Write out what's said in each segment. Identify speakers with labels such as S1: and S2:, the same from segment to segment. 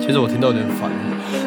S1: 其实我听到有点烦。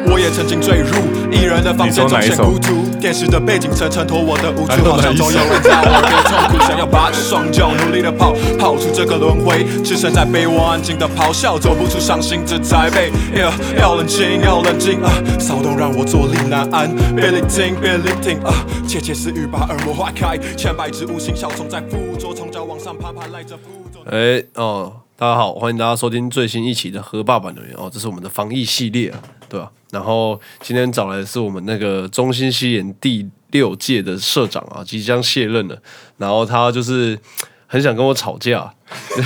S2: 我也曾经坠入一人的房间，
S3: 你说
S2: 总
S3: 哪一
S2: 显
S3: 首
S2: 孤独。电视的背景层衬托我的无
S3: 还
S2: 助，
S3: 有
S2: 好像
S3: 哪一
S2: 总有
S3: 首
S2: 人在我耳边痛苦，想要拔起双脚，努力的跑，跑出这个轮回。置身在被窝，安静的咆哮，走不出伤心之宅被。Yeah，要冷静，要冷静啊！骚动让我坐立难安，别聆听，别聆听啊！窃窃私语把耳膜划开，千百只无形小虫在附着，从脚往上爬，爬赖着附着。
S1: 哎哦，大家好，欢迎大家收听最新一期的《河爸爸留言》哦，这是我们的防疫系列啊，对吧、然后今天找来的是我们那个中心西研第六届的社长啊，即将卸任了，然后他就是很想跟我吵架，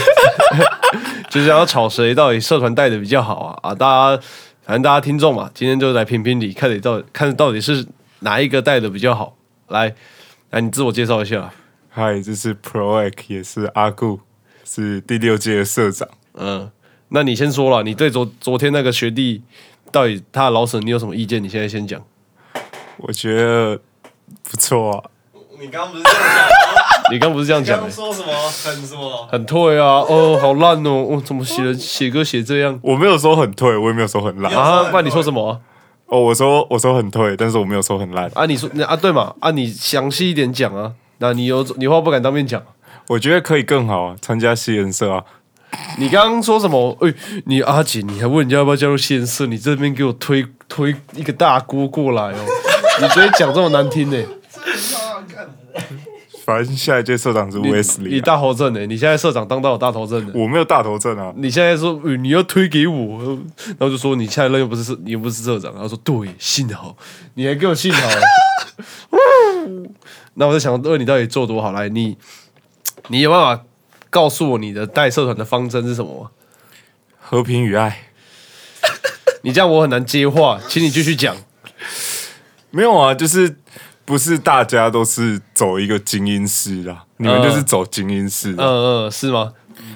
S1: 就是想要吵谁到底社团带的比较好啊啊！大家反正大家听众嘛，今天就来评评理，看你到看到底是哪一个带的比较好。来，来你自我介绍一下，
S3: 嗨，这是 Proac，也是阿顾，是第六届的社长。
S1: 嗯，那你先说了，你对昨昨天那个学弟到底他的老沈你有什么意见？你现在先讲。
S3: 我觉得不错啊，
S4: 你刚刚不是这样讲吗？
S1: 你刚不是这样
S4: 刚
S1: 讲、
S4: 刚
S1: 欸，
S4: 说什么很什么？
S1: 很退啊，哦，好烂哦，哦，怎么写人写歌写这样
S3: 我没有说很退，我也没有说很烂
S1: 啊？那你说什么啊？
S3: 哦，我说我说很退，但是我没有说很烂。
S1: 啊你说啊对嘛？啊，你详细一点讲啊。那你有你话不敢当面讲，
S3: 我觉得可以更好啊，参加西人社啊。
S1: 你刚刚说什么？哎、你阿姐，你还问人家要不要加入现社？你这边给我推推一个大锅过来哦！你直接讲这么难听呢、
S3: 反正下一届社长是
S1: 你
S3: Wesley，、
S1: 你
S3: 啊、
S1: 大头阵呢、你现在社长当到有大头阵的。
S3: 我没有大头症啊。
S1: 你现在说、呃你要推给我，呃然后就说你下一任又不是社你又不是社长，然后说对，幸好你还给我幸好，嗯那我在想，问你到底做多好？来，你你有办法告诉我你的带社团的方针是什么吗？
S3: 和平与爱
S1: 你这样我很难接话，请你继续讲。
S3: 没有啊，就是不是大家都是走一个精英式啊，你们就是走精英式的、啊
S1: 嗯嗯，是吗？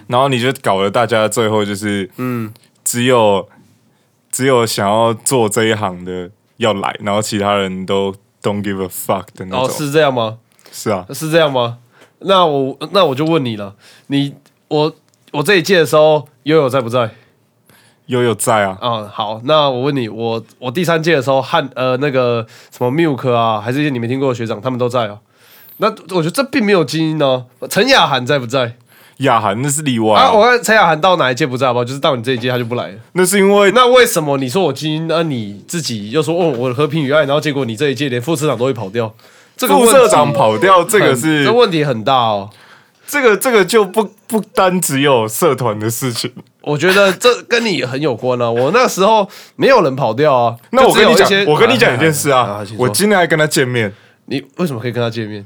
S3: 然后你就搞得大家最后就是，嗯，只有只有想要做这一行的要来，然后其他人都 don't give a fuck 的那
S1: 哦，
S3: 种，
S1: 是这样吗？
S3: 是啊，
S1: 是这样吗？那我那我就问你了，你我我这一届的时候，悠悠在不在？
S3: 悠悠在啊，
S1: 啊、好，那我问你，我我第三届的时候，汉呃那个什么 Milk 啊，还是一些你没听过的学长，他们都在哦。那我觉得这并没有基因哦。陈雅涵在不在？
S3: 雅涵那是例外
S1: 啊，
S3: 啊、
S1: 我看陈雅涵到哪一届不在好不好？就是到你这一届他就不来了。
S3: 那是因为
S1: 那为什么你说我基因，那、你自己又说哦我和平与爱，然后结果你这一届连副社长都会跑掉，这个
S3: 副
S1: 问
S3: 社
S1: 题
S3: 长跑掉，这
S1: 很
S3: 个是
S1: 这问题很大哦。
S3: 这个这个就不不单只有社团的事 情。
S1: 我觉得这跟你很有关啊。我那时候没有人跑掉啊。
S3: 那
S1: 就
S3: 我
S1: 只
S3: 跟
S1: 有
S3: 你
S1: 一
S3: 讲
S1: 些，
S3: 我跟你讲一件事
S1: 啊啊啊
S3: 啊
S1: 请，说
S3: 我今天还跟他见面，
S1: 你为什么可以跟他见面？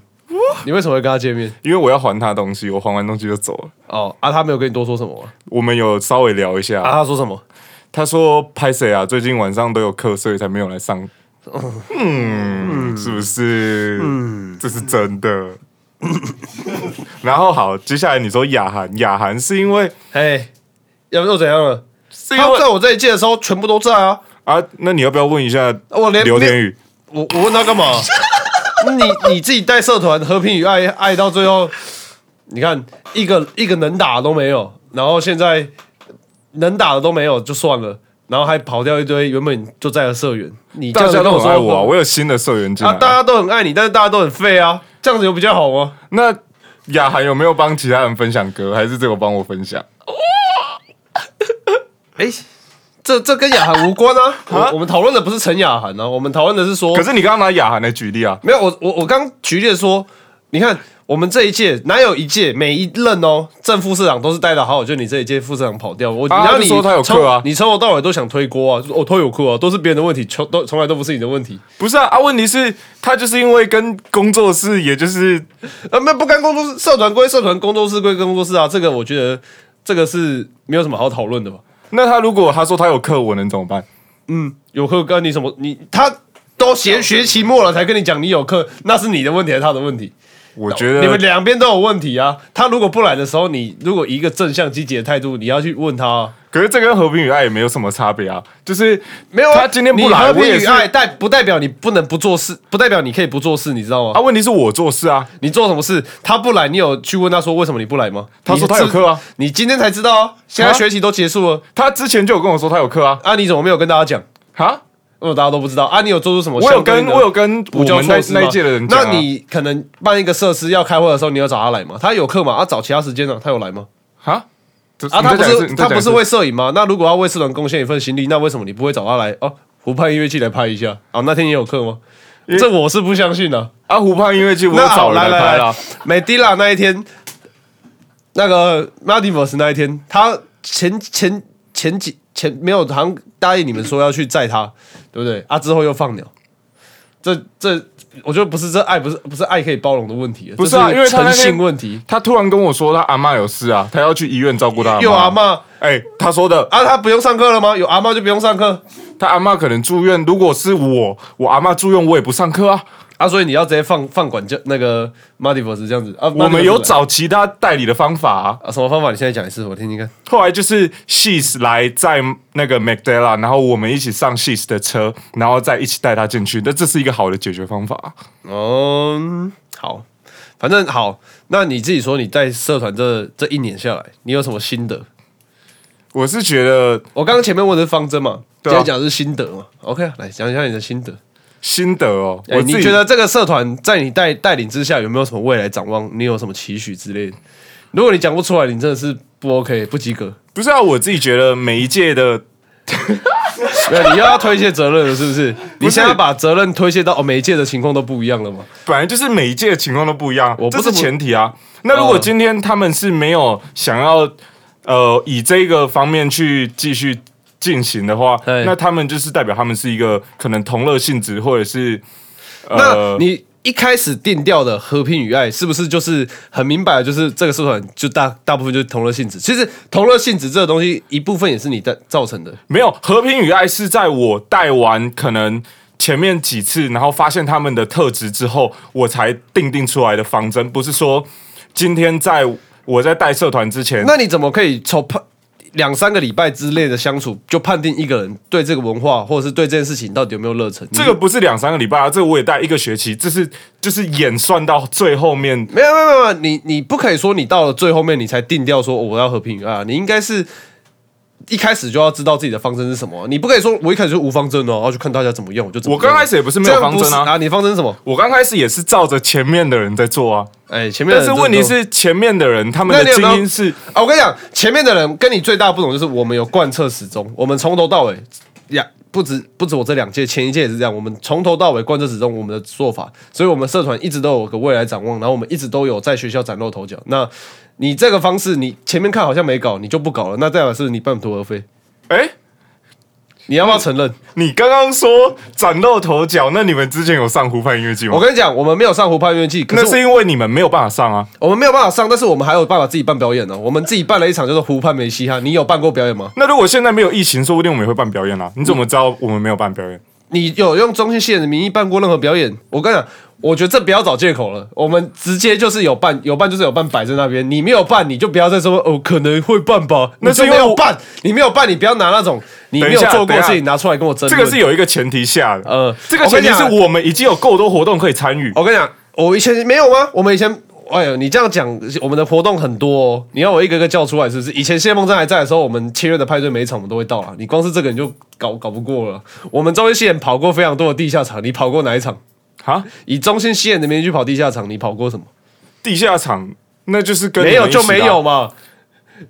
S1: 你为什么会跟他见面？
S3: 因为我要还他东西，我还完东西就走了。
S1: 哦，啊，他没有跟你多说什么吗
S3: 我们有稍微聊一下，
S1: 啊？他说什么？
S3: 他说拍谁啊？最近晚上都有课，所以才没有来上。嗯，是不是？嗯，这是真的。然后好，接下来你说雅涵，雅涵是因为
S1: 嘿，要不又怎样了？
S3: 是因
S1: 他
S3: 为
S1: 在我这一届的时候全部都在啊，
S3: 啊，那你要不要问一下
S1: 我连
S3: 刘天宇？
S1: 我我问他干嘛？ 你你自己带社团和平与爱爱到最后，你看一个一个能打的都没有，然后现在能打的都没有就算了，然后还跑掉一堆原本就在的社员，你这
S3: 大
S1: 样子
S3: 家
S1: 跟
S3: 都
S1: 我
S3: 很
S1: 说
S3: 爱我啊，我有新的社员进
S1: 啊，
S3: 来
S1: 大
S3: 啊。
S1: 家都很爱你，但是大家都很废啊，这样子有比较好吗？
S3: 那雅涵有没有帮其他人分享歌，还是只有帮我分享？
S1: 哎、这这跟雅涵无关 啊！我我们讨论的不是陈雅涵啊，我们讨论的是说，
S3: 可是你刚刚拿雅涵来举例啊，
S1: 没有我我我刚举例说，你看我们这一届哪有一届每一任哦，正副社长都是带的好好，就你这一届副社长跑掉，我、
S3: 啊
S1: 然后
S3: 他就
S1: 你
S3: 说他有课啊
S1: 从你从头到尾都想推锅啊，就说哦他有课啊，都是别人的问题，从都从来都不是你的问题。
S3: 不是啊啊，问题是他就是因为跟工作室，也就是
S1: 啊，没有不干工作室社团归社团，工作室归工作室啊，这个我觉得这个是没有什么好讨论的吧。
S3: 那他如果他说他有课，我能怎么办？
S1: 有课跟你什么？你他都学学期末了才跟你讲你有课，那是你的问题还是他的问题？
S3: 我觉得
S1: 你们两边都有问题啊。他如果不来的时候，你如果以一个正向积极的态度，你要去问他啊，
S3: 可是这跟和平与爱也没有什么差别啊，就是
S1: 没有啊
S3: 他今天不
S1: 你
S3: 来，
S1: 和
S3: 我
S1: 平
S3: 也
S1: 与
S3: 是
S1: 爱
S3: 啊。
S1: 代不代表你不能不做事，不代表你可以不做事，你知道吗？
S3: 问题是我做事啊，
S1: 你做什么事，他不来，你有去问他说为什么你不来吗？
S3: 他说他有课啊
S1: 你今天才知道啊，现在学期都结束了
S3: 他之前就有跟我说他有课啊，
S1: 啊，你怎么没有跟大家讲？
S3: 啊，
S1: 为什么大家都不知道啊？你有做出什么
S3: 我有
S1: 相对应
S3: 跟
S1: 的？
S3: 我有跟我
S1: 补教
S3: 们
S1: 措
S3: 那
S1: 施吗
S3: 那一届的人讲啊，
S1: 那你可能办一个设施要开会的时候，你有找他来吗？他有课吗？啊，找其他时间呢、他有来吗？
S3: 啊，这
S1: 啊，
S3: 你
S1: 他
S3: 再
S1: 不
S3: 讲一次
S1: 是
S3: 你再
S1: 他
S3: 讲
S1: 不
S3: 一
S1: 是
S3: 次
S1: 为摄影吗？那如果要为社团贡献一份心力，那为什么你不会找他来？哦，湖畔音乐季来拍一下啊？那天也有课吗？这我是不相信的、
S3: 啊湖畔音乐剧，我
S1: 那
S3: 找
S1: 好，
S3: 人
S1: 来
S3: 来拍
S1: 来
S3: 啦
S1: 来，，美迪拉那一天，那个 Madiverse 那一天，他前前前几前没有，好像答应你们说要去载他，对不对？啊，之后又放鸟，这这，我觉得不是这爱，不是不是爱可以包容的问题，
S3: 不是啊
S1: 这
S3: 因为他那
S1: 诚
S3: 天
S1: 信问题。
S3: 他突然跟我说他阿嬷有事啊，他要去医院照顾他阿嬷
S1: 有阿，嬷
S3: 哎，他说的，
S1: 啊，他不用上课了吗？有阿嬷就不用上课
S3: 他阿嬷可能住院，如果是我，我阿嬷住院，我也不上课啊。
S1: 啊，所以你要直接放放管教那个 Madiverse 这样子啊。
S3: 我们
S1: Madiverse
S3: 有
S1: 来
S3: 找其他代理的方法啊。
S1: 啊什么方法？你现在讲一次，我听听看。
S3: 后来就是 She's 来在那个 McDella，然后我们一起上 She's 的车，然后再一起带他进去。那这是一个好的解决方法。
S1: 哦，嗯好，反正好，那你自己说你在社团这这一年下来，你有什么心得？
S3: 我是觉得
S1: 我刚刚前面问的是方针嘛，
S3: 对
S1: 今
S3: 啊
S1: 天讲的是心得嘛，OK，啊来讲一下你的心得。
S3: 心得哦，
S1: 哎
S3: 我
S1: 你
S3: 自己
S1: 觉得这个社团在你带带领之下有没有什么未来展望？你有什么期许之类的？如果你讲不出来，你真的是不 OK，不及格。
S3: 不是啊？我自己觉得每一届的
S1: 那你又要推卸责任了，是不 是？你现在把责任推卸到哦，每一届的情况都不一样了嘛？
S3: 本来就是每一届的情况都不一样，
S1: 我不
S3: 这
S1: 是
S3: 是
S1: 不
S3: 前提啊。那如果今天他们是没有想要呃以这个方面去继续进行的话，
S1: 对
S3: 那他们就是代表他们是一个可能同乐性质，或者是呃
S1: 那你一开始定调的和平与爱，是不是就是很明白，就是这个社团就大大部分就是同乐性质？其实同乐性质这个东西，一部分也是你的造成的。
S3: 没有和平与爱是在我带完可能前面几次，然后发现他们的特质之后，我才定定出来的方针，不是说今天在我在带社团之前，
S1: 那你怎么可以从判两三个礼拜之类的相处，就判定一个人对这个文化或者是对这件事情到底有没有热忱？
S3: 这个不是两三个礼拜啊，这个我也带一个学期，这是就是演算到最后面。
S1: 没有没有没有，你你不可以说你到了最后面你才定调说、哦我要和平与爱啊，你应该是一开始就要知道自己的方针是什么啊。你不可以说我一开始就无方针哦，然后就看大家怎么用我就怎么
S3: 我
S1: 用。
S3: 刚开始也不是没有
S1: 这样
S3: 方
S1: 不
S3: 针
S1: 是
S3: 啊，
S1: 啊，你方针是什么？
S3: 我刚开始也是照着前面的人在做啊，
S1: 哎，前面的
S3: 但
S1: 人
S3: 是
S1: 真的
S3: 问题
S1: 都
S3: 是前面的人他们
S1: 那
S3: 的
S1: 你有没
S3: 精
S1: 有
S3: 英是
S1: 啊，我跟你讲，前面的人跟你最大不同就是我们有贯彻始终，我们从头到尾呀。不止不止我这两届，前一届也是这样。我们从头到尾贯彻始终我们的做法，所以我们社团一直都有个未来展望，然后我们一直都有在学校崭露头角。那你这个方式，你前面看好像没搞，你就不搞了，那代表是你半途而废。
S3: 哎、
S1: 你要不要承认？
S3: 你刚刚说崭露头角，那你们之前有上湖畔音乐季吗
S1: 我？跟你讲，我们没有上湖畔音乐季，可
S3: 那
S1: 是
S3: 是因为你们没有办法上啊。
S1: 我们没有办法上，但是我们还有办法自己办表演呢、我们自己办了一场叫做湖畔梅西哈，你有办过表演吗？
S3: 那如果现在没有疫情，说不定我们也会办表演啊。你怎么知道我们没有办表演？
S1: 你有用中心线的名义办过任何表演？我跟你讲，我觉得这不要找借口了，我们直接就是有办，有办就是有办摆在那边。你没有办，你就不要再说哦，可能会办吧。
S3: 那
S1: 那
S3: 是
S1: 是
S3: 因为
S1: 没
S3: 我
S1: 有办，你没有办，你不要拿那种你没有
S3: 等一下
S1: 做过的事
S3: 等一
S1: 情拿出来跟我争
S3: 这
S1: 论。
S3: 个是有一个前提下的，
S1: 呃
S3: 这个
S1: 我跟
S3: 前
S1: 你
S3: 提是
S1: 讲
S3: 我们已经有够多活动可以参与。
S1: 我跟你讲，我以前没有吗？我们以前。哎呦，你这样讲，我们的活动很多哦，你要我一个个叫出来是不是？以前谢梦真还在的时候，我们七月的派对每一场我们都会到啊。你光是这个你就搞搞不过了。我们中心线跑过非常多的地下场，你跑过哪一场？
S3: 啊，
S1: 以中心西演的名义去跑地下场，你跑过什么？
S3: 地下场那就是跟你
S1: 没有
S3: 们一起
S1: 就
S3: 的啊
S1: 没有。嘛。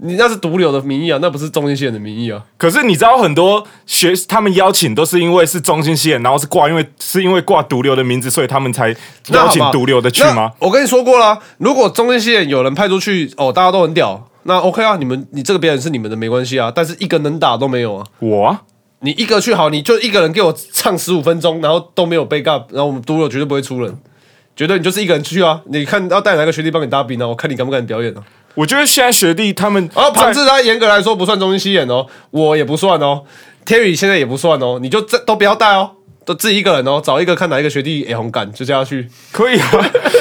S1: 你那是毒瘤的名义啊，那不是中心线的名义啊。
S3: 可是你知道很多学他们邀请都是因为是中心线，然后是挂因为是因为挂毒瘤的名字，所以他们才
S1: 那
S3: 邀
S1: 好
S3: 请
S1: 吧
S3: 毒瘤的去吗？？
S1: 那我跟你说过啦，如果中心线有人派出去，哦，大家都很屌，那 OK 啊，你们你这个表演是你们的没关系啊，但是一个能打都没有啊。
S3: 我啊
S1: 你一个去好，你就一个人给我唱十五分钟，然后都没有被告，然后我们毒瘤绝对不会出人，绝对你就是一个人去啊。你看要带哪个学弟帮你搭兵啊？我看你敢不敢表演啊？
S3: 我觉得现在学弟他们
S1: 然后庞
S3: 在
S1: 志他严格来说不算中心西演哦，我也不算哦，天宇现在也不算哦，你就这都不要带哦，都自己一个人哦，找一个看哪一个学弟也红感，就叫他去。
S3: 可以啊。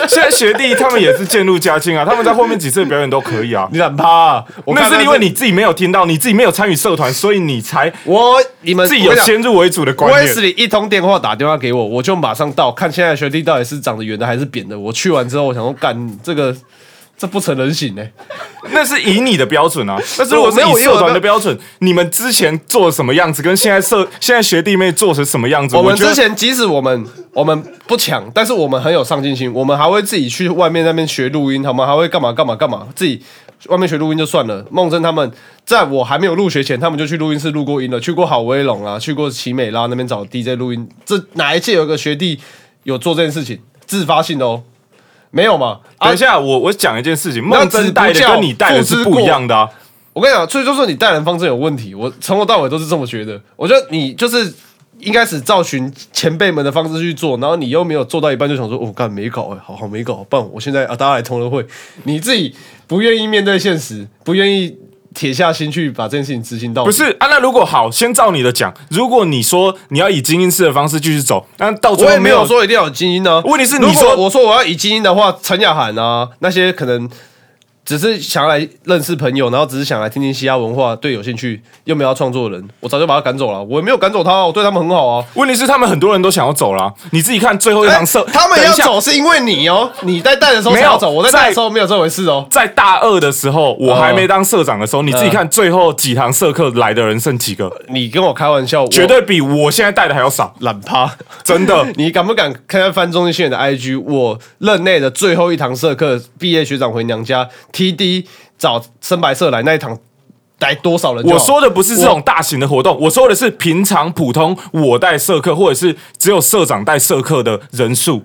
S3: 现在学弟他们也是渐入佳境啊，他们在后面几次的表演都可以啊。
S1: 你懒趴、啊，我
S3: 那
S1: 看
S3: 是
S1: 他
S3: 因为你自己没有听到，你自己没有参与社团，所以你才
S1: 我你们
S3: 自己
S1: 呃
S3: 有
S1: 我跟你讲
S3: 先入为主的观
S1: 我也
S3: 念
S1: 是。你一通电话打电话给我，我就马上到，看现在的学弟到底是长得圆的还是扁的。我去完之后，我想说，干这个这不成人形呢、欸
S3: 那是以你的标 准啊，但是我是
S1: 我没
S3: 以
S1: 有
S3: 社团的标准，你们之前做什么样子，跟现在社现在学弟妹做成什么样子，
S1: 我们
S3: 觉得
S1: 之前即使我们我们不抢，但是我们很有上进心，我们还会自己去外面那边学录音，好吗？还会干嘛干嘛干嘛，自己外面学录音就算了。梦真他们在我还没有入学前，他们就去录音室录过音了，去过好威龙啊，去过奇美拉那边找 DJ 录音。这哪一届有个学弟有做这件事情，自发性的哦？没有嘛？啊
S3: 等一下，我我讲一件事情，
S1: 那
S3: 梦
S1: 只
S3: 真带的
S1: 不叫
S3: 跟你带的
S1: 付之
S3: 是不一样的、啊。
S1: 我跟你讲，所以就说你待人方针有问题，我从头到尾都是这么觉得。我觉得你就是一开始照循前辈们的方式去做，然后你又没有做到一半就想说，我、哦、干没搞哎、好好没搞，棒！我现在啊，大家来同乐会，你自己不愿意面对现实，不愿意铁下心去把这件事情执行到底，
S3: 不是啊，那如果好，先照你的讲，如果你说你要以精英式的方式继续走，那到最
S1: 我
S3: 后
S1: 也没有说一定要有精英呢、啊。
S3: 问题是
S1: 如
S3: 你
S1: 果
S3: 说
S1: 我说我要以精英的话，陈雅涵啊，那些可能只是想来认识朋友，然后只是想来听听嘻哈文化，对有兴趣又没有要创作的人，我早就把他赶走了。我也没有赶走他啊，我对他们很好啊。
S3: 问题是他们很多人都想要走了啊、你自己看最后一场社，
S1: 哎他们要
S3: 等一下
S1: 走是因为你哦，你在带的时候
S3: 没
S1: 才
S3: 有
S1: 要走，我在带
S3: 在
S1: 的时候没有这回事哦。
S3: 在大二的时候，我还没当社长的时候，你自己看最后几堂社课来的人剩几个，
S1: 你跟我开玩笑，我
S3: 绝对比我现在带的还要少，
S1: 懒趴。
S3: 真的。
S1: 你敢不敢看看翻中心线的 IG？我任内的最后一堂社课，毕业学长回娘家，TD 找深白色来那一堂，来多少人就好？
S3: 我说的不是这
S1: 我
S3: 种大型的活动，我说的是平常普通我带社课，或者是只有社长带社课的人数。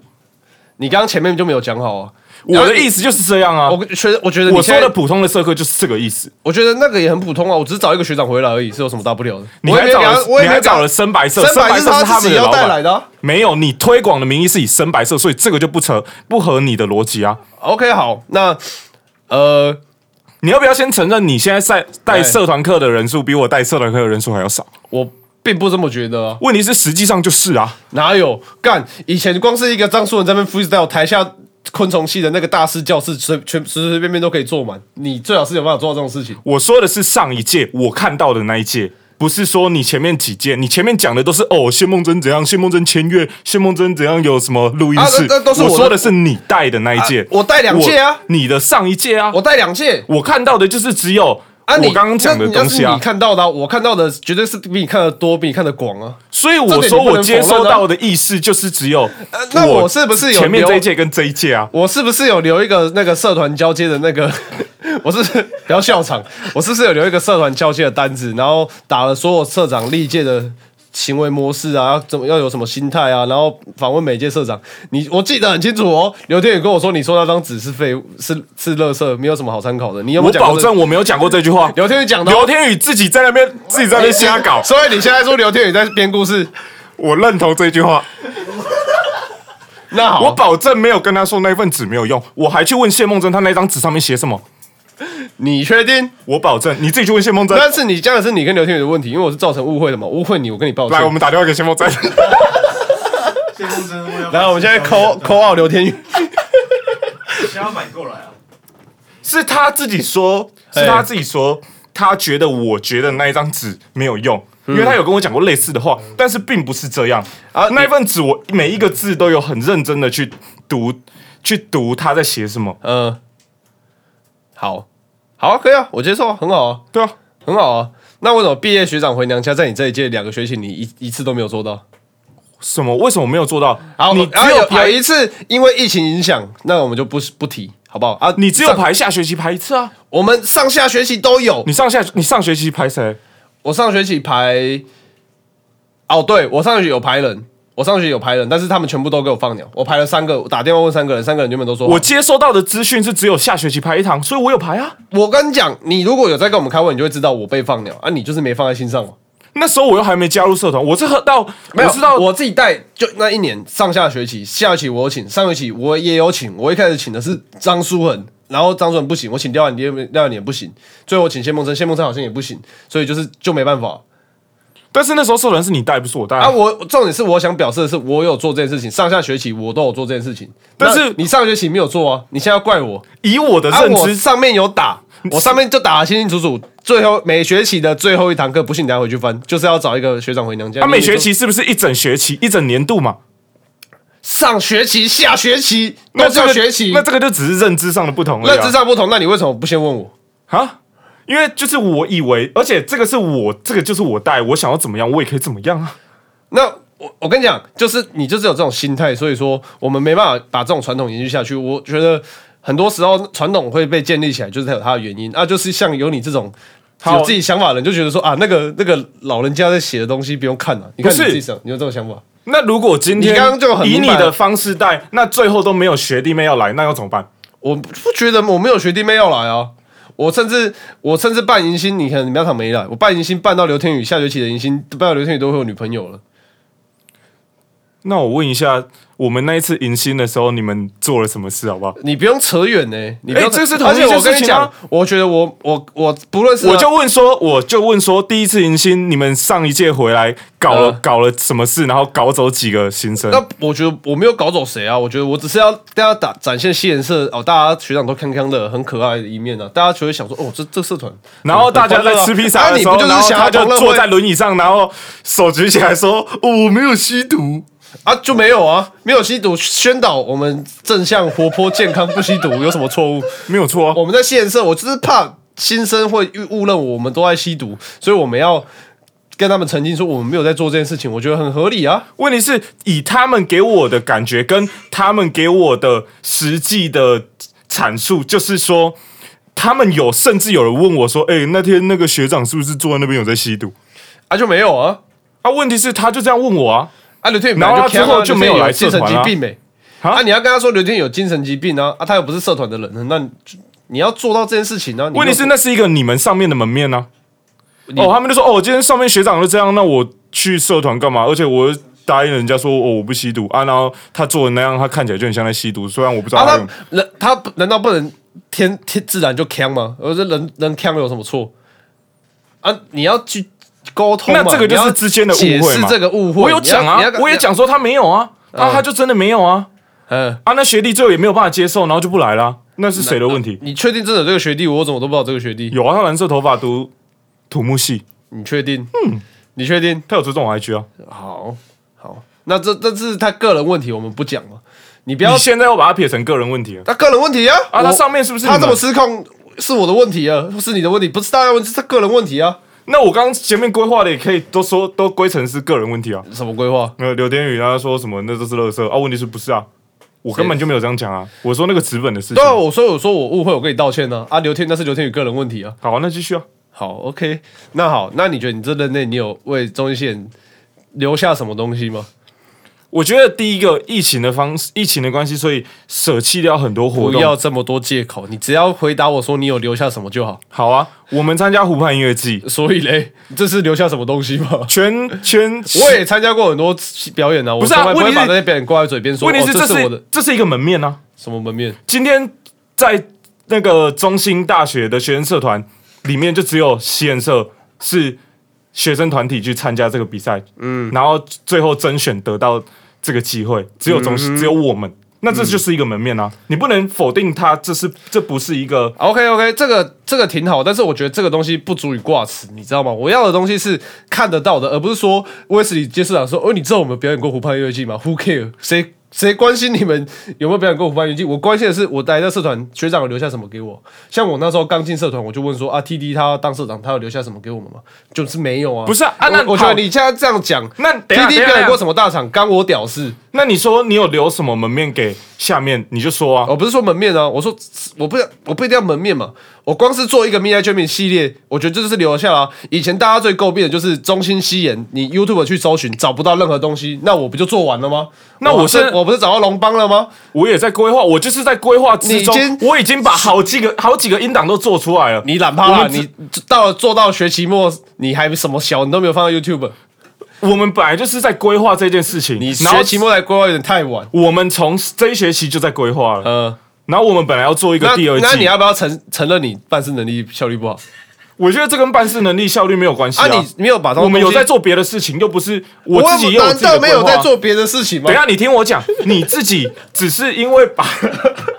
S1: 你刚刚前面就没有讲好啊。
S3: 我的意
S1: 思，
S3: 思就是这样啊。
S1: 我觉得我觉得
S3: 我
S1: 你现在
S3: 说的，普通的社课就是这个意思。
S1: 我觉得那个也很普通啊。我只是找一个学长回来而已，是有什么大不了的？
S3: 你
S1: 我也
S3: 还
S1: 没有
S3: 找
S1: 给他
S3: 了，
S1: 我也
S3: 你
S1: 没有给
S3: 还
S1: 他
S3: 找了深白社，
S1: 深白
S3: 白
S1: 是
S3: 社
S1: 他
S3: 是他
S1: 自己
S3: 们的
S1: 要
S3: 老
S1: 带
S3: 板
S1: 来的啊。
S3: 没有，你推广的名义是以深白社，所以这个就不成不合你的逻辑啊。
S1: OK，好，那呃，
S3: 你要不要先承认你现在在带
S1: 哎
S3: 社团课的人数比我带社团课的人数还要少？
S1: 我并不这么觉得啊。
S3: 问题是实际上就是啊，
S1: 哪有干？以前光是一个张书文在那边 freestyle，台下昆虫系的那个大师教室，随全随随便便都可以坐满。你最好是有办法做到这种事情。
S3: 我说的是上一届我看到的那一届。不是说你前面几届，你前面讲的都是哦，谢梦真怎样，谢梦真签约，谢梦真怎样有什么录音
S1: 啊
S3: 室，
S1: 那那都是
S3: 我
S1: 我的
S3: 说的是你带的那一届，
S1: 啊我带两届啊
S3: 我你的上一届啊，
S1: 我带两届。
S3: 我看到的就是只有
S1: 啊你，
S3: 我刚刚讲的
S1: 那
S3: 东西
S1: 那是
S3: 啊
S1: 你，看到的啊、我看到的绝对是比你看的多，比你看的广啊。
S3: 所以我说我接收到的意识就是只有
S1: 那我是不是有
S3: 前面
S1: 留
S3: 这一届跟这一届啊？
S1: 我是不是有留一个那个社团交接的那个？ 我是不要笑场，我是不是有留一个社团交接的单子，然后打了所有社长历届的行为模式啊，要怎么要有什么心态啊，然后访问每届社长。你我记得很清楚哦，刘天宇跟我说，你说那张纸是废物，是是垃圾，没有什么好参考的。你有没
S3: 我
S1: 有讲过
S3: 保
S1: 这？
S3: 证我没有讲过这句话。
S1: 刘天宇讲的哦。
S3: 刘天宇自己在那
S1: 哎
S3: 边自己在那边瞎搞，
S1: 所以你现在说刘天宇在编故事，
S3: 我认同这句话。
S1: 那好，
S3: 我保证没有跟他说那份纸没有用，我还去问谢梦真他那张纸上面写什么。
S1: 你确定？
S3: 我保证你自己去问谢梦真。
S1: 但是你这样是你跟刘天宇的问题，因为我是造成误会的嘛，误会你，我跟你抱歉。
S3: 来，我们打电话给谢 梦真。
S4: 谢公真，我要
S1: 来，我们现在抠抠奥刘天宇。
S4: 想要买过来啊！
S3: 是他自己说，
S1: 哎
S3: 是他自己说，他觉得我觉得那一张纸没有用。因为他有跟我讲过类似的话，但是并不是这样。
S1: 嗯啊
S3: 啊，那一份纸我每一个字都有很认真的去读，去读他在写什么。
S1: 嗯，好，好啊，可以啊，我接受啊，很好啊，
S3: 对啊，
S1: 很好啊。那为什么毕业学长回娘家，在你这一届两个学期，你一一次都没有做到？
S3: 什么？为什么没有做到？
S1: 好，
S3: 你
S1: 然
S3: 只
S1: 后
S3: 有
S1: 有有
S3: 排，
S1: 一次因为疫情影响，那我们就不不提，好不好啊？
S3: 你只有
S1: 上，
S3: 排下学期排一次啊。
S1: 我们上下学期都有
S3: 你。上下你上学期排谁？
S1: 我上学期排，哦，对我上学期有排人，我上学期有排人，但是他们全部都给我放鸟。我排了三个，我打电话问三个人，三个人原本都说好
S3: 我接收到的资讯是只有下学期排一堂，所以我有排啊。
S1: 我跟你讲，你如果有在跟我们开会，你就会知道我被放鸟啊，你就是没放在心上嘛。
S3: 那时候我又还没加入社团，我是喝到
S1: 没有，
S3: 我是到
S1: 我自己带，就那一年上下学期，下学期我有请，上学期我也有请。我一开始请的是张书恒，然后张书恒不行，我请廖婉蝶，廖婉蝶不行，最后我请谢梦生，谢梦生好像也不行，所以就是就没办法。
S3: 但是那时候社团是你带，不是我带
S1: 啊，我重点是我想表示的是，我有做这件事情，上下学期我都有做这件事情，
S3: 但是
S1: 那你上学期没有做啊，你现在要怪我，
S3: 以我的
S1: 啊，
S3: 认
S1: 我
S3: 知，
S1: 上面有 打，我上面就打得清清楚楚，最后每学期的最后一堂课，不信你等下回去翻，就是要找一个学长回娘家。
S3: 他啊每
S1: 你就
S3: 学期是不是一整学期、一整年度嘛？
S1: 上学期、下学期
S3: 那
S1: 都是
S3: 这
S1: 要
S3: 个
S1: 学期，
S3: 那这个就只是认知上的不同而已啊、
S1: 认知上不同，那你为什么不先问我？
S3: 啊，因为就是我以为，而且这个是我，这个就是我带，我想要怎么样，我也可以怎么样啊。
S1: 那我我跟你讲，就是你就是有这种心态，所以说我们没办法把这种传统延续下去。我觉得很多时候传统会被建立起来，就是它有它的原因啊，就是像有你这种。
S3: 好
S1: 有自己想法的人就觉得说啊，那个那个老人家在写的东西不用看了、啊你看你
S3: 不是
S1: 自己想，你有这种想法？
S3: 那如果今天
S1: 你刚刚就很
S3: 以
S1: 明
S3: 你
S1: 白
S3: 的方式带，那最后都没有学弟妹要来，那要怎么办？
S1: 我不觉得我没有学弟妹要来啊。我甚至我甚至办迎新，你看你苗场没来，我办迎新办到刘天宇下学期的迎新，办到刘天宇都会有女朋友了。
S3: 那我问一下，我们那一次迎新的时候，你们做了什么事，好不好？
S1: 你不用扯远呢、你不要
S3: 哎
S1: 扯、
S3: 这是同一
S1: 而且我
S3: 件
S1: 跟
S3: 事
S1: 你
S3: 情啊
S1: 讲，我觉得我我我不论是啊
S3: 我就问说，我就问说，第一次迎新，你们上一届回来搞了、
S1: 呃
S3: 搞了什么事，然后搞走几个新生？
S1: 那我觉得我没有搞走谁啊，我觉得我只是要大家打展现西颜色哦，大家学长都康康的，很可爱的一面啊，大家就会想说哦，这这社团，
S3: 然后大家在吃披萨的时候，
S1: 啊你不就是
S3: 然后
S1: 想
S3: 他
S1: 要
S3: 就
S1: 同乐会
S3: 坐在轮椅上，然后手举起来说：“哦我没有吸毒。
S1: 啊就没有啊，没有吸毒，宣导我们正向、活泼、健康，不吸毒有什么错误？”
S3: 没有错、啊，
S1: 我们在现社，我就是怕新生会误认我们都在吸毒，所以我们要跟他们澄清说我们没有在做这件事情，我觉得很合理啊。
S3: 问题是以他们给我的感觉跟他们给我的实际的阐述，就是说，他们有甚至有人问我说：“哎、那天那个学长是不是坐在那边有在吸毒
S1: 啊就没有啊，？”
S3: 啊，问题是他就这样问我啊，
S1: 啊刘天宇本
S3: 然后
S1: 来
S3: 他
S1: 就
S3: 之后就没有来
S1: 精
S3: 社
S1: 神
S3: 团
S1: 疾
S3: 啊
S1: 病没、
S3: 啊
S1: 啊你要跟他说刘天宇有精神疾病啊，啊他又不是社团的人，那你就你要做到这件事情呢、啊？你
S3: 问题是
S1: 没
S3: 那是一个你们上面的门面呢、啊。哦，他们就说：“哦，今天上面学长就这样，那我去社团干嘛？而且我。”答应人家说哦，我不吸毒啊，然后他做的那样，他看起来就很像在吸毒。虽然我不知
S1: 有
S3: 道他
S1: 啊
S3: 有
S1: 他人他不难道不能天天自然就呛吗？而这人人呛有什么错？啊你要去沟通嘛，
S3: 那这个就是
S1: 你要
S3: 之间的误会
S1: 解释
S3: 嘛
S1: 这个误会，
S3: 我有讲
S1: 你要
S3: 啊，我也，讲说他没有啊，啊，他就真的没有啊，
S1: 你要嗯。
S3: 啊，那学弟最后也没有办法接受，然后就不来啦，那是谁的问题？
S1: 你确定真的有这个学弟？我怎么都不知道这个学弟？
S3: 有啊，他蓝色头发读土木系，
S1: 你确定？嗯，你确定？
S3: 他有追踪我 IG 啊，
S1: 好，好，那这这是他个人问题，我们不讲了。你不要
S3: 你现在要把它撇成个人问题了
S1: 他个人问题啊！
S3: 啊，他
S1: 我
S3: 上面是不是
S1: 他
S3: 你
S1: 这
S3: 们
S1: 么失控是我的问题啊，是你的问题，不是大家问题，是他个人问题啊。
S3: 那我刚刚前面规划的也可以都说都归成是个人问题啊，
S1: 什么规划？
S3: 那刘天宇他说什么那都是垃圾啊，问题是不是啊？我根本就没有这样讲啊，我说那个纸本的事情
S1: 对，啊，我所以我说我误会，我跟你道歉呢、啊。啊，刘天那是刘天宇个人问题啊。
S3: 好啊，那继续啊，
S1: 好，OK，那好，那你觉得你这任内你有为中一线留下什么东西吗？
S3: 我觉得第一个疫情的方式，疫情的关系，所以舍弃掉很多活
S1: 不
S3: 动，
S1: 要这么多借口，你只要回答我说你有留下什么就好。
S3: 好啊，我们参加湖畔音乐季，
S1: 所以嘞，这是留下什么东西吗？
S3: 全全
S1: 我也参加过很多表演啊，我
S3: 是
S1: 从
S3: 啊
S1: 来不
S3: 问
S1: 会
S3: 题
S1: 把
S3: 是
S1: 那些表演挂在嘴边说，
S3: 问题
S1: 哦、
S3: 是
S1: 这
S3: 这
S1: 是我
S3: 是
S1: 的
S3: 这是一个门面呢、啊。
S1: 什么门面？
S3: 今天在那个中兴大学的学生社团里面，就只有西研社是学生团体去参加这个比赛，嗯，然后最后甄选得到这个机会，只
S1: 嗯
S3: 有中、只有我们，那这就是一个门面啊，你不能否定它，这是这不是一个
S1: OK OK，这个这个挺好，但是我觉得这个东西不足以挂齿，你知道吗？我要的东西是看得到的，而不是说威斯里接市长说：“哦，你知道我们表演过湖畔音乐季吗？”Who care？谁谁关心你们有没有表演过湖畔音乐季？我关心的是我待在社团学长有留下什么给我。像我那时候刚进社团，我就问说：“啊，TD 他要当社长，他有留下什么给我们吗？”就是没有啊。
S3: 不是啊啊那
S1: 我我觉
S3: 好
S1: 得你现在这样讲，
S3: 那等一下
S1: TD
S3: 等一下
S1: 表演过什么大厂？干我屌事！
S3: 那你说你有留什么门面给下面，你就说啊，
S1: 我不是说门面啊，我说我不我不一定要门面嘛，我光是做一个 m i a j a m i n 系列，我觉得这就是留下啦、以前大家最诟病的就是中心西演，你 YouTube 去搜寻找不到任何东西，那我不就做完了吗？
S3: 那我
S1: 我不
S3: 是
S1: 我不是找到龙邦了吗？
S3: 我也在规划，我就是在规划之中
S1: 你已经，
S3: 我已经把好几个好几个音档都做出来了。
S1: 你懒趴
S3: 我
S1: 啦，
S3: 们只
S1: 你到了做到学期末，你还什么小你都没有放到 YouTube，
S3: 我们本来就是在规划这件事情，
S1: 你
S3: 然后
S1: 学期末来规划有点太晚。
S3: 我们从这一学期就在规划了，
S1: 呃，
S3: 然后我们本来要做一
S1: 那
S3: 个第二季，
S1: 那你要不要承承认你办事能力效率不好？
S3: 我觉得这跟办事能力、效率没有关系
S1: 啊，你没有把东
S3: 我们有
S1: 东西
S3: 在，做别的事情，又不是我
S1: 我
S3: 自己也有
S1: 难
S3: 自己的
S1: 道没有
S3: 规划
S1: 在做别的事情吗
S3: 等一？下，你听我讲，你自己只是因为把，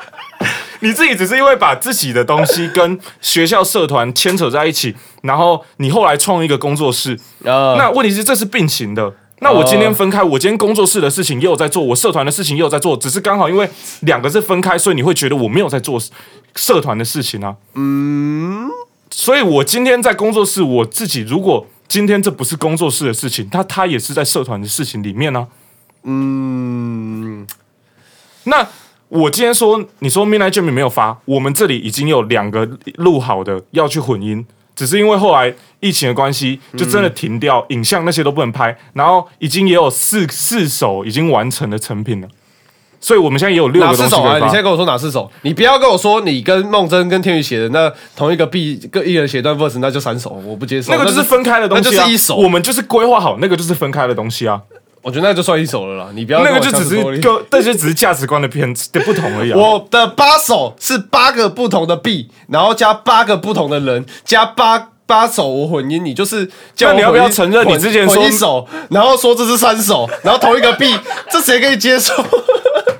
S3: 你自己只是因为把自己的东西跟学校社团牵扯在一起，然后你后来创一个工作室。
S1: 啊
S3: 那问题是这是并行的。那我今天分开，我今天工作室的事情也有在做，我社团的事情也有在做，只是刚好因为两个是分开，所以你会觉得我没有在做社团的事情啊。嗯，所以我今天在工作室，我自己如果今天这不是工作室的事情，那它也是在社团的事情里面呢、啊
S1: 嗯，
S3: 那我今天说，你说 Midnight Jam 没有发，我们这里已经有两个录好的要去混音，只是因为后来疫情的关系，就真的停掉，影像那些都不能拍，然后已经也有四四首已经完成的成品了，所以我们现在也有六
S1: 哪
S3: 个东
S1: 四
S3: 西
S1: 首
S3: 可
S1: 啊？
S3: 以
S1: 你现在
S3: 发。
S1: 跟我说哪四首？你不要跟我说你跟梦真跟天宇写的那同一个 B 各一人写一段 verse，那就三首，我不接受。
S3: 那个就是分开的东西、啊，
S1: 那就是一首。
S3: 我们就是规划好，那个就是分开的东西啊，
S1: 我觉得那就算一首了啦，你不要
S3: 那个
S1: 跟
S3: 就
S1: 我强
S3: 只是
S1: 词夺理
S3: 个， 那就只是价值观的偏的不同而已、啊。
S1: 我的八首是八个不同的币，然后加八个不同的人，加八八首我混音，你就是叫我
S3: 那你要不要
S1: 混音
S3: 承认
S1: 混
S3: 你之前
S1: 混
S3: 说
S1: 一首，然后说这是三首，然后同一个 币，这谁可以接受？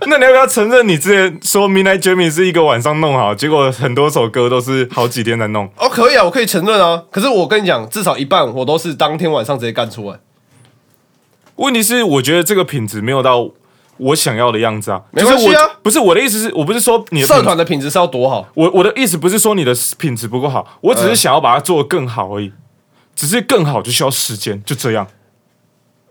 S3: 那你要不要承认你之前说 Midnight Jimmy 是一个晚上弄好，结果很多首歌都是好几天才弄？
S1: 哦，可以啊，我可以承认啊，可是我跟你讲，至少一半我都是当天晚上直接干出来。
S3: 问题是，我觉得这个品质没有到我想要的样子啊。
S1: 没关系啊
S3: 就是我不是我的意思是，我不是说你的品
S1: 社团的品质是要多好？
S3: 我我的意思不是说你的品质不够好，我只是想要把它做得更好而已。只是更好就需要时间，就这样。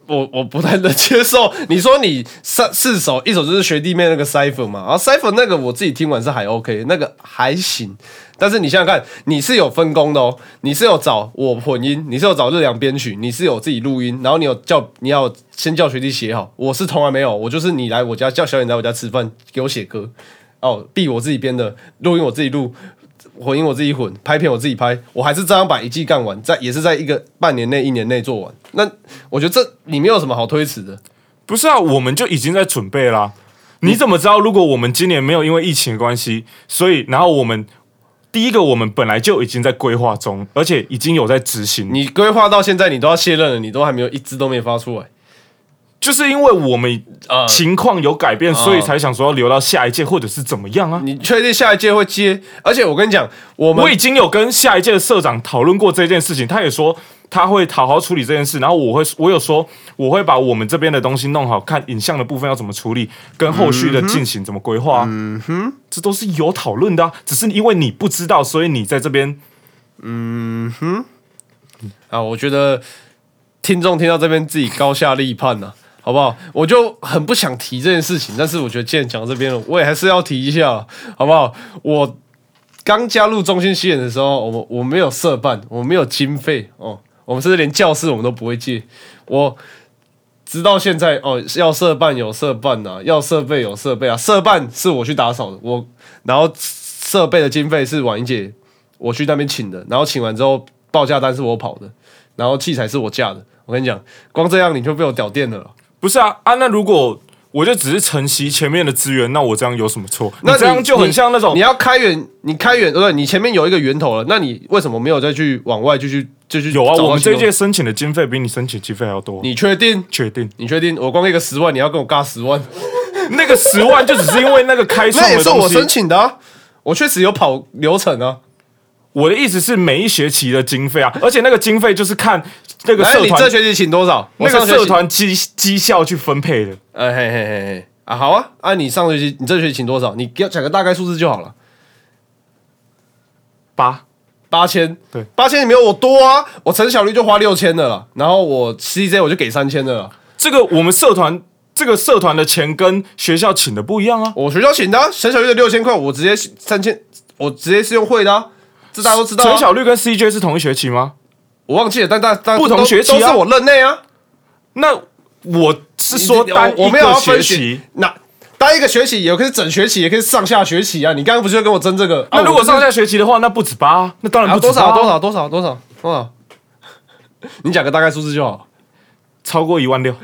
S1: 我我不太能 接受。你说你三四首，一首就是学弟妹那个 cipher 嘛，然后 cipher 那个我自己听完是还 OK，那个还行。但是你想想看，你是有分工的哦，你是有找我混音，你是有找日良编曲，你是有自己录音，然后你有叫你要先叫学弟写好。我是从来没有，我就是你来我家叫小远来我家吃饭，给我写歌。哦，B 我自己编的，录音我自己录，混音我自己混，拍片我自己拍，我还是照样把一季干完，在也是在一个半年内、一年内做完。那我觉得这里面有什么好推辞的？
S3: 不是啊，我们就已经在准备啦、你怎么知道？如果我们今年没有因为疫情的关系，所以然后我们第一个我们本来就已经在规划中，而且已经有在执行。
S1: 你规划到现在，你都要卸任了，你都还没有一支都没发出来。
S3: 就是因为我们
S1: 呃嗯
S3: 情况有改变，所以才想说要留到下一届或者是怎么样啊。
S1: 你确定下一届会接？ 而且我跟你讲，我们
S3: 我已经有跟下一届的社长讨论过这件事情，他也说他会好好处理这件事，然后我会我有说我会把我们这边的东西弄好，看影像的部分要怎么处理，跟后续的进行怎么规划、嗯哼，这都是有讨论的、啊，只是因为你不知道，所以你在这边
S1: 啊，我觉得听众听到这边自己高下立判呐、好不好？我就很不想提这件事情，但是我觉得既然讲到这边了，我也还是要提一下，啊好不好？我刚加入中心西演的时候，我们我没有社办，我没有经费哦，我们甚至连教室我们都不会借，我。直到现在哦，要社办有社办呐、要设备有设备啊。社办是我去打扫的，我然后设备的经费是婉莹姐我去那边请的，然后请完之后报价单是我跑的，然后器材是我架的。我跟你讲，光这样你就被我屌电了啦。
S3: 不是啊啊，那如果。我就只是承袭前面的资源，那我这样有什么错？
S1: 那
S3: 你这样
S1: 你
S3: 就很像那种
S1: 你你要开源，你开源对不对？你前面有一个源头了，那你为什么没有再去往外就去就去
S3: 有啊，
S1: 找到
S3: 我们这一
S1: 新
S3: 届
S1: 的？
S3: 申请的经费比你申请经费还要多。
S1: 你确定？
S3: 确定
S1: 你确定？我光一个十万，你要跟我尬十万？
S3: 那个十万就只是因为那个开创
S1: 那也
S3: 的
S1: 是
S3: 东
S1: 我
S3: 西？
S1: 申请的啊，我确实有跑流程啊。
S3: 我的意思是每一学期的经费啊，而且那个经费就是看那个
S1: 来，
S3: 社
S1: 哎你这
S3: 团
S1: 学期请多少？我
S3: 那个
S1: 上学期
S3: 社，团绩绩效去分配的。
S1: 呃，嘿嘿嘿嘿，啊，好啊，啊，你上学期你这学期请多少？你给我讲个大概数字就好了。
S3: 八，
S1: 八千，
S3: 对
S1: 八千也没有我多啊，我陈小绿就花六千的了，然后我 CJ 我就给三千的了，
S3: 这个我们社团这个社团的钱跟学校请的不一样啊。
S1: 我学校请的啊陈、小绿的六千块，我直接三千，我直接是用汇的、啊，这大家都知道、
S3: 陈，小绿跟 CJ 是同一学期吗？
S1: 我忘记了，但大大
S3: 不同
S1: 都
S3: 学期啊
S1: 都是我任内啊，
S3: 那我是说
S1: 你
S3: 单
S1: 我
S3: 一
S1: 我没有
S3: 个
S1: 要
S3: 学
S1: 分学
S3: 期。，
S1: 那单一个学期也可以整学期，也可以上下学期啊，你刚刚不是就跟我争这个？
S3: 那
S1: 啊
S3: 如果
S1: 我就是
S3: 上下学期的话，那不止八啊，那当然
S1: 啊
S3: 不止
S1: 多
S3: 八
S1: 少
S3: 啊
S1: 多少多少多少多少，你讲个大概数字就好，
S3: 超过一万六，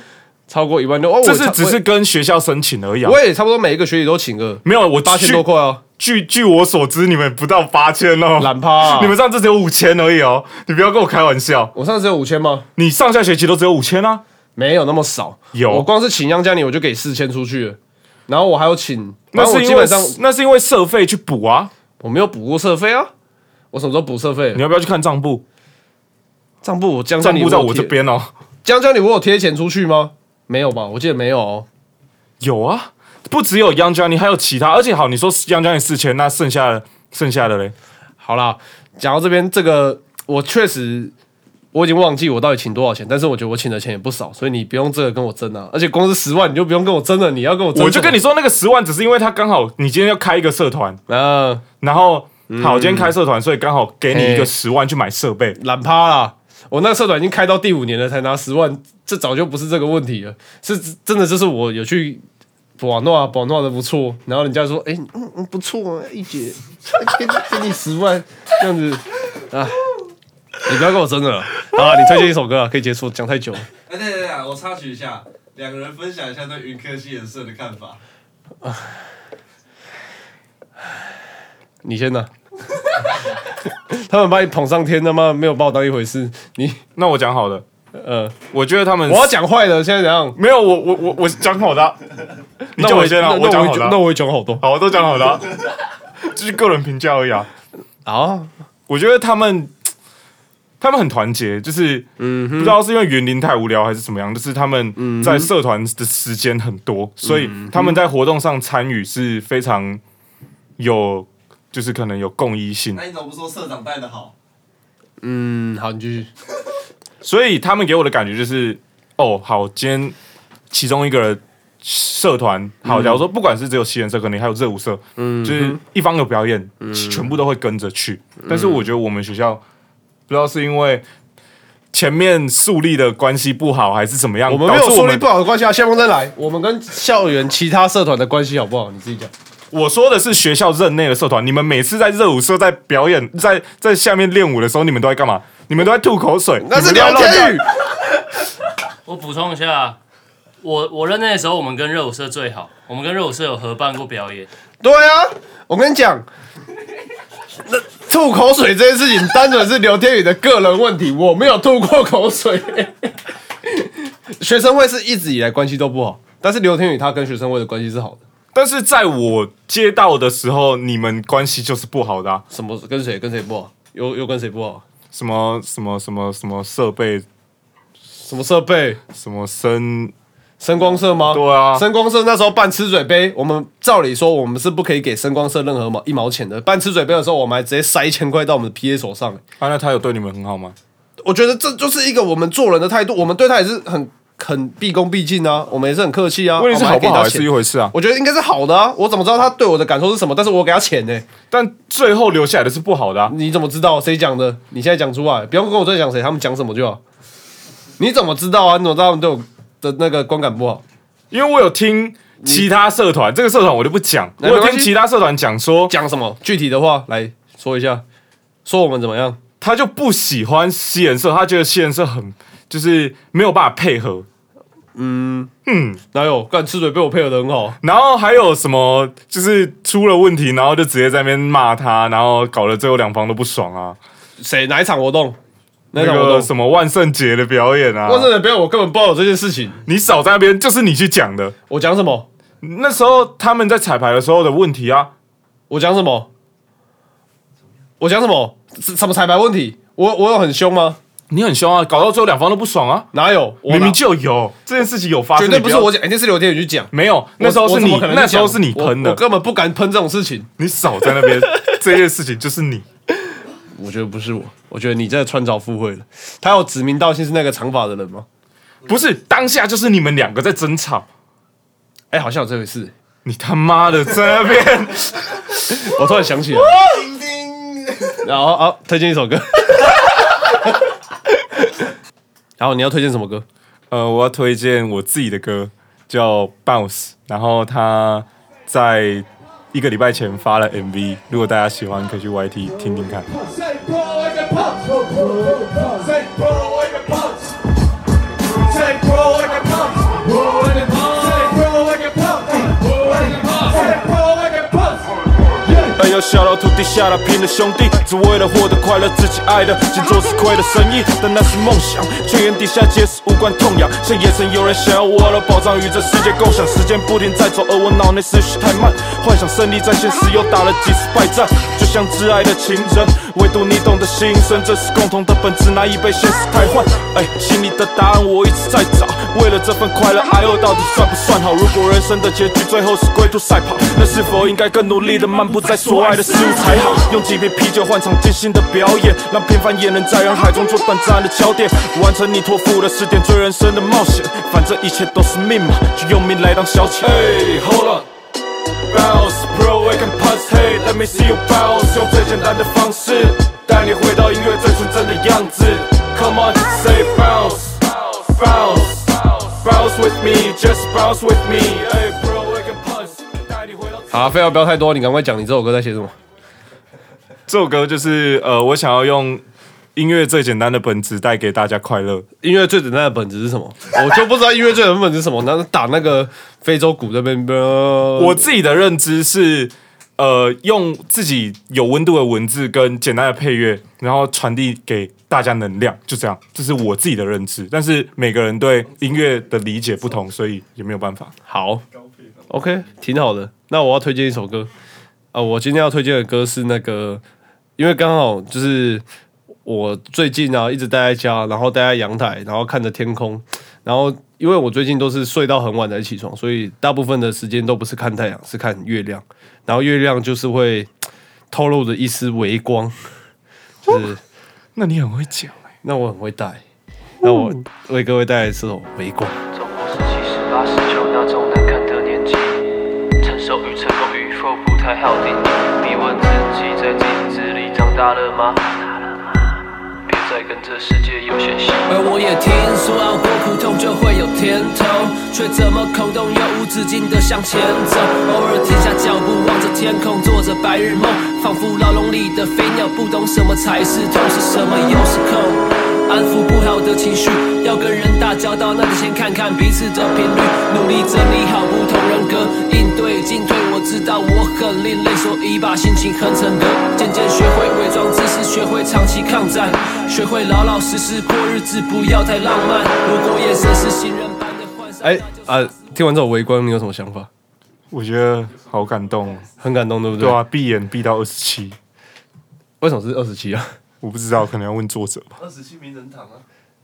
S1: 超过一万六哦，我
S3: 这是
S1: 差
S3: 只是跟学校申请而已啊
S1: 我。也我也差不多每一个学期都请个
S3: 没有，我
S1: 八千
S3: 去
S1: 多块啊。
S3: 据据我所知，你们不到八千哦，
S1: 懒趴啊
S3: 你们上次只有五千而已哦，你不要跟我开玩笑，
S1: 我上次有五千吗？
S3: 你上下学期都只有五千啊，
S1: 没有那么少，
S3: 有
S1: 我光是请杨佳妮我就给四千出去了，然后我还有请，
S3: 那
S1: 反正
S3: 是
S1: 我
S3: 因
S1: 基
S3: 为
S1: 本上
S3: 那是因为社费去补啊，
S1: 我没有补过社费啊，我什么时候补社费
S3: 你？要不要去看账簿？
S1: 账簿我江佳
S3: 账
S1: 妮
S3: 簿在
S1: 我有
S3: 我这
S1: 贴，
S3: 边哦，
S1: 江佳妮我有贴钱出去吗？没有吧，我记得没有哦。
S3: 有啊，不只有 Young Johnny，还有其他，而且好，你说 Young Johnny 四千，那剩下的剩下的嘞，
S1: 好啦，讲到这边，这个我确实我已经忘记我到底请多少钱，但是我觉得我请的钱也不少，所以你不用这个跟我争啊。而且光是十万你就不用跟我争了，你要跟我争，
S3: 我就跟你，说那个十万，只是因为他刚好你今天要开一个社团，
S1: 呃，
S3: 然后好，今天开社团，所以刚好给你一
S1: 嘿
S3: 个十万去买设备。
S1: 懒趴啦。我那个社团已经开到第五年了，才拿十万，这早就不是这个问题了，是真的就是我有去保诺，保诺的不错，然后人家说，哎、嗯嗯，不错啊，一姐，给你给你十万这样子啊，你不要跟我争了。好了，你推荐一首歌啊，可以结束，讲太久了。
S4: 哎，对对对，我插曲一下，两个人分享一下对云科系颜色的看法。
S1: 你先呢？ 他们把你捧上天，他妈没有把我当一回事。你
S3: 那我讲好的，
S1: 呃，
S3: 我觉得他们
S1: 我要讲坏了，现在怎样？
S3: 没有，我我我我讲好 的啊，你
S1: 那
S3: 叫
S1: 我
S3: 我
S1: 也
S3: 先啊，
S1: 那那
S3: 讲
S1: 也
S3: 好的啊
S1: 那，我也讲好多。
S3: 好，我都讲好的 啊，这是个人评价而已啊。
S1: 啊，
S3: 我觉得他们他们很团结，就是嗯，不知道是因为园林太无聊还是怎么样，就是他们在社团的时间很多，所以他们在活动上参与是非常有，就是可能有共依性
S4: 那。你怎么不说社长带的好？
S1: 嗯，好，你继续。
S3: 所以他们给我的感觉就是，哦，好，今天其中一个社团，
S1: 嗯
S3: 好，假如说不管是只有西人社，可能还有热舞社，嗯，就是一方有表演，
S1: 嗯
S3: 全部都会跟着去。但是我觉得我们学校不知道是因为前面树立的关系不好，还是怎么样，
S1: 我们没有
S3: 导致
S1: 树立不好的关系啊，先锋再来。我们跟校园其他社团的关系好不好？你自己讲。
S3: 我说的是学校任内的社团，你们每次在热舞社在表演，在在下面练舞的时候，你们都在干嘛？你们都在吐口水，
S1: 那是
S3: 你们
S1: 聊
S3: 都在乱
S1: 天
S3: 讲
S1: 语。
S5: 我补充一下，我我认那的时候，我们跟热舞社最好，我们跟热舞社有合办过表演。
S1: 对啊，我跟你讲，那吐口水这件事情单纯是刘天宇的个人问题，我没有吐过口水。 学生会是一直以来关系都不好，但是刘天宇他跟学生会的关系是好的。
S3: 但是在我接到的时候，你们关系就是不好的、啊，
S1: 什么跟谁跟谁不好，又又跟谁不好？
S3: 什么什么什么什么设备，
S1: 什么设备？
S3: 什么声，
S1: 声光社吗？
S3: 对啊
S1: 声光社那时候办吃嘴杯，我们照理说我们是不可以给声光社任何毛一毛钱的。办吃嘴杯的时候，我们还直接塞一千块到我们的 PA 手上、欸
S3: 啊，那他有对你们很好吗？
S1: 我觉得这就是一个我们做人的态度，我们对他也是很很毕恭毕敬啊，我们也是很客气啊。
S3: 问题是
S1: 我们
S3: 好
S1: 还给
S3: 不
S1: 他
S3: 好还
S1: 钱
S3: 是一回事啊，
S1: 我觉得应该是好的啊，我怎么知道他对我的感受是什么？但是我给他钱呢、欸
S3: 但最后留下来的是不好的、啊。
S1: 你怎么知道谁讲的？你现在讲出来，不用跟我再讲谁，他们讲什么就好。你怎么知道啊？你怎么知道他们对我的那个观感不好？
S3: 因为我有听其他社团，这个社团我就不讲，我
S1: 那没关系
S3: 有听其他社团讲说，
S1: 讲什么？具体的话来说一下，说我们怎么样？
S3: 他就不喜欢西人社，他觉得西人社很就是没有办法配合。
S1: 哪有？干吃嘴被我配合的很好，
S3: 然后还有什么就是出了问题，然后就直接在那边骂他，然后搞得最后两方都不爽啊。
S1: 谁哪一场活动？哪一
S3: 那
S1: 场活
S3: 个
S1: 动？
S3: 什么万圣节的表演啊，
S1: 万圣节表演我根本不知道有这件事情，
S3: 你少在那边，就是你去讲的。
S1: 我讲什么？
S3: 那时候他们在彩排的时候的问题啊，
S1: 我讲什么？我讲什么？什什么彩排问题？我我有很凶吗？
S3: 你很凶啊，搞到最后两方都不爽啊，
S1: 哪有？我哪
S3: 明明就有这件事情有发生，
S1: 绝对不是
S3: 你要
S1: 我，讲，一定是刘天宇去讲。
S3: 没有，那时候
S1: 我
S3: 是
S1: 我怎
S3: 你
S1: 么可，能去
S3: 那时候
S1: 讲
S3: 是你喷
S1: 我，
S3: 的
S1: 我，根本不敢喷这种事情。
S3: 你少在那边， 这件事情就是你。
S1: 我觉得不是我，我觉得你这穿凿附会了。他有指名道姓是那个长发的人吗？
S3: 不是当下就是你们两个在争吵，
S1: 哎、好像有这回事。
S3: 你他妈的在那边，
S1: 我突然想起来，然后啊，推荐一首歌。 然后你要推荐什么歌？
S3: 呃，我要推荐我自己的歌叫《Bounce》，然后他在一个礼拜前发了 MV，如果大家喜欢可以去 YT 听听看。
S6: Say pro like a pop. Say pro like a pop. Say pro like a pop. Say pro like a pop. Say pro like a pop. Yeah.
S3: 要哎笑到土地下来拼了兄弟，只为了获得快乐，自己爱的，仅做是亏的生意，但那是梦想，泉眼底下皆是无关痛痒。像也曾有人想要我的宝藏与这世界共享，时间不停在走，而我脑内思绪太慢，幻想胜利在现实又打了几次败仗，就像挚爱的情人，唯独你懂得心声，这是共同的本质，难以被现实替换。哎，心里的答案我一直在找，为了这份快乐，I O 到底算不算好？如果人生的结局最后是龟兔赛跑，那是否应该更努力的漫步在所爱的事物才好？用几瓶啤酒换场精心的表演，让平凡也能在人海中做短暂的焦点，完成你托付的试点，追人生的冒险。反正一切都是命嘛，就用命来当消遣。Hey, hold on. bounce Pro I can punch Hey let me see you bounce 用最简单的方式带你回到音乐最纯真的样子 Come on say bounce Bounce Bounce with me Just bounce with me Hey Pro I can punch 带你回到
S1: 好，废话啊不要太多，你赶快讲你这首歌在写什么。
S7: 这首歌就是呃，我想要用音乐最简单的本质带给大家快乐。
S1: 音乐最简单的本质是什么？我就不知道音乐最简单的本质是什么。然后打那个非洲鼓这边，我
S7: 我自己的认知是，呃，用自己有温度的文字跟简单的配乐，然后传递给大家能量，就这样，这是我自己的认知。但是每个人对音乐的理解不同，所以也没有办法。
S1: 好，OK，挺好的。那我要推荐一首歌啊、我今天要推荐的歌是那个，因为刚好就是我最近啊一直待在家，然后待在阳台，然后看着天空，然后因为我最近都是睡到很晚才起床，所以大部分的时间都不是看太阳，是看月亮。然后月亮就是会透露着一丝微光，就是
S7: 那你很会讲、欸，
S1: 那我很会带，那我为各位带来这首微光。
S8: 总共十七、十八、十九那种难看的年纪，承受与成功与否不太好定义。你问自己，在镜子里长大了吗？别再跟这世界有些戏。
S9: 而我也听说熬过苦痛就会有甜头，却怎么空洞又无止境的向前走。偶尔停下脚步，望着天空，做着白日梦，仿佛牢笼里的飞鸟，不懂什么才是痛，是什么又是空。安抚不好的情绪，要跟人打交道，那就先看看彼此的频率，努力整理好不同人格，应对进退。我知道我很另类，所以把心情哼成歌，渐渐学会伪装自私，学会长期抗战，学会老老实实过日子，不要太浪漫。如果眼神是信任般的涣散，
S1: 哎
S9: 那就是
S1: 啊，听完这首《微光》，你有什么想法？
S7: 我觉得好感动、哦。
S1: 很感动，对不对？
S7: 对啊，闭眼闭到二十 七，
S1: 为什么是二十七啊？
S7: 我不知道，可能要问作者吧。
S4: 二十七名人堂啊，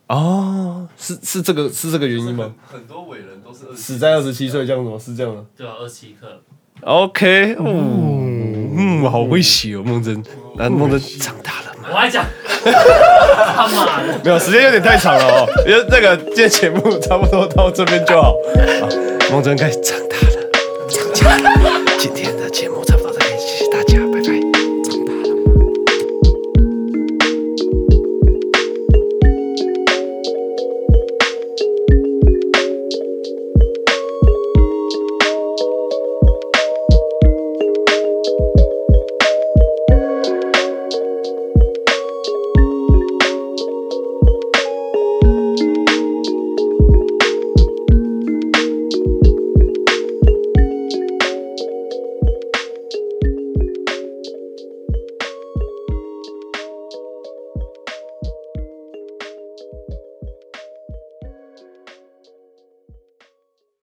S1: 哦，是是这个是这个原因吗？
S4: 很多伟人都是二十
S1: 死在二十七岁这样子吗？是这样的。
S5: 对啊，二十一克。
S1: OK，嗯嗯，好会写哦，梦真。那梦真长大了吗？
S5: 我还讲，他妈的，
S1: 没有，时间有点太长了哦。因为那个今天节目差不多到这边就好。啊梦真该长大了，长大了。今天的节目差不多。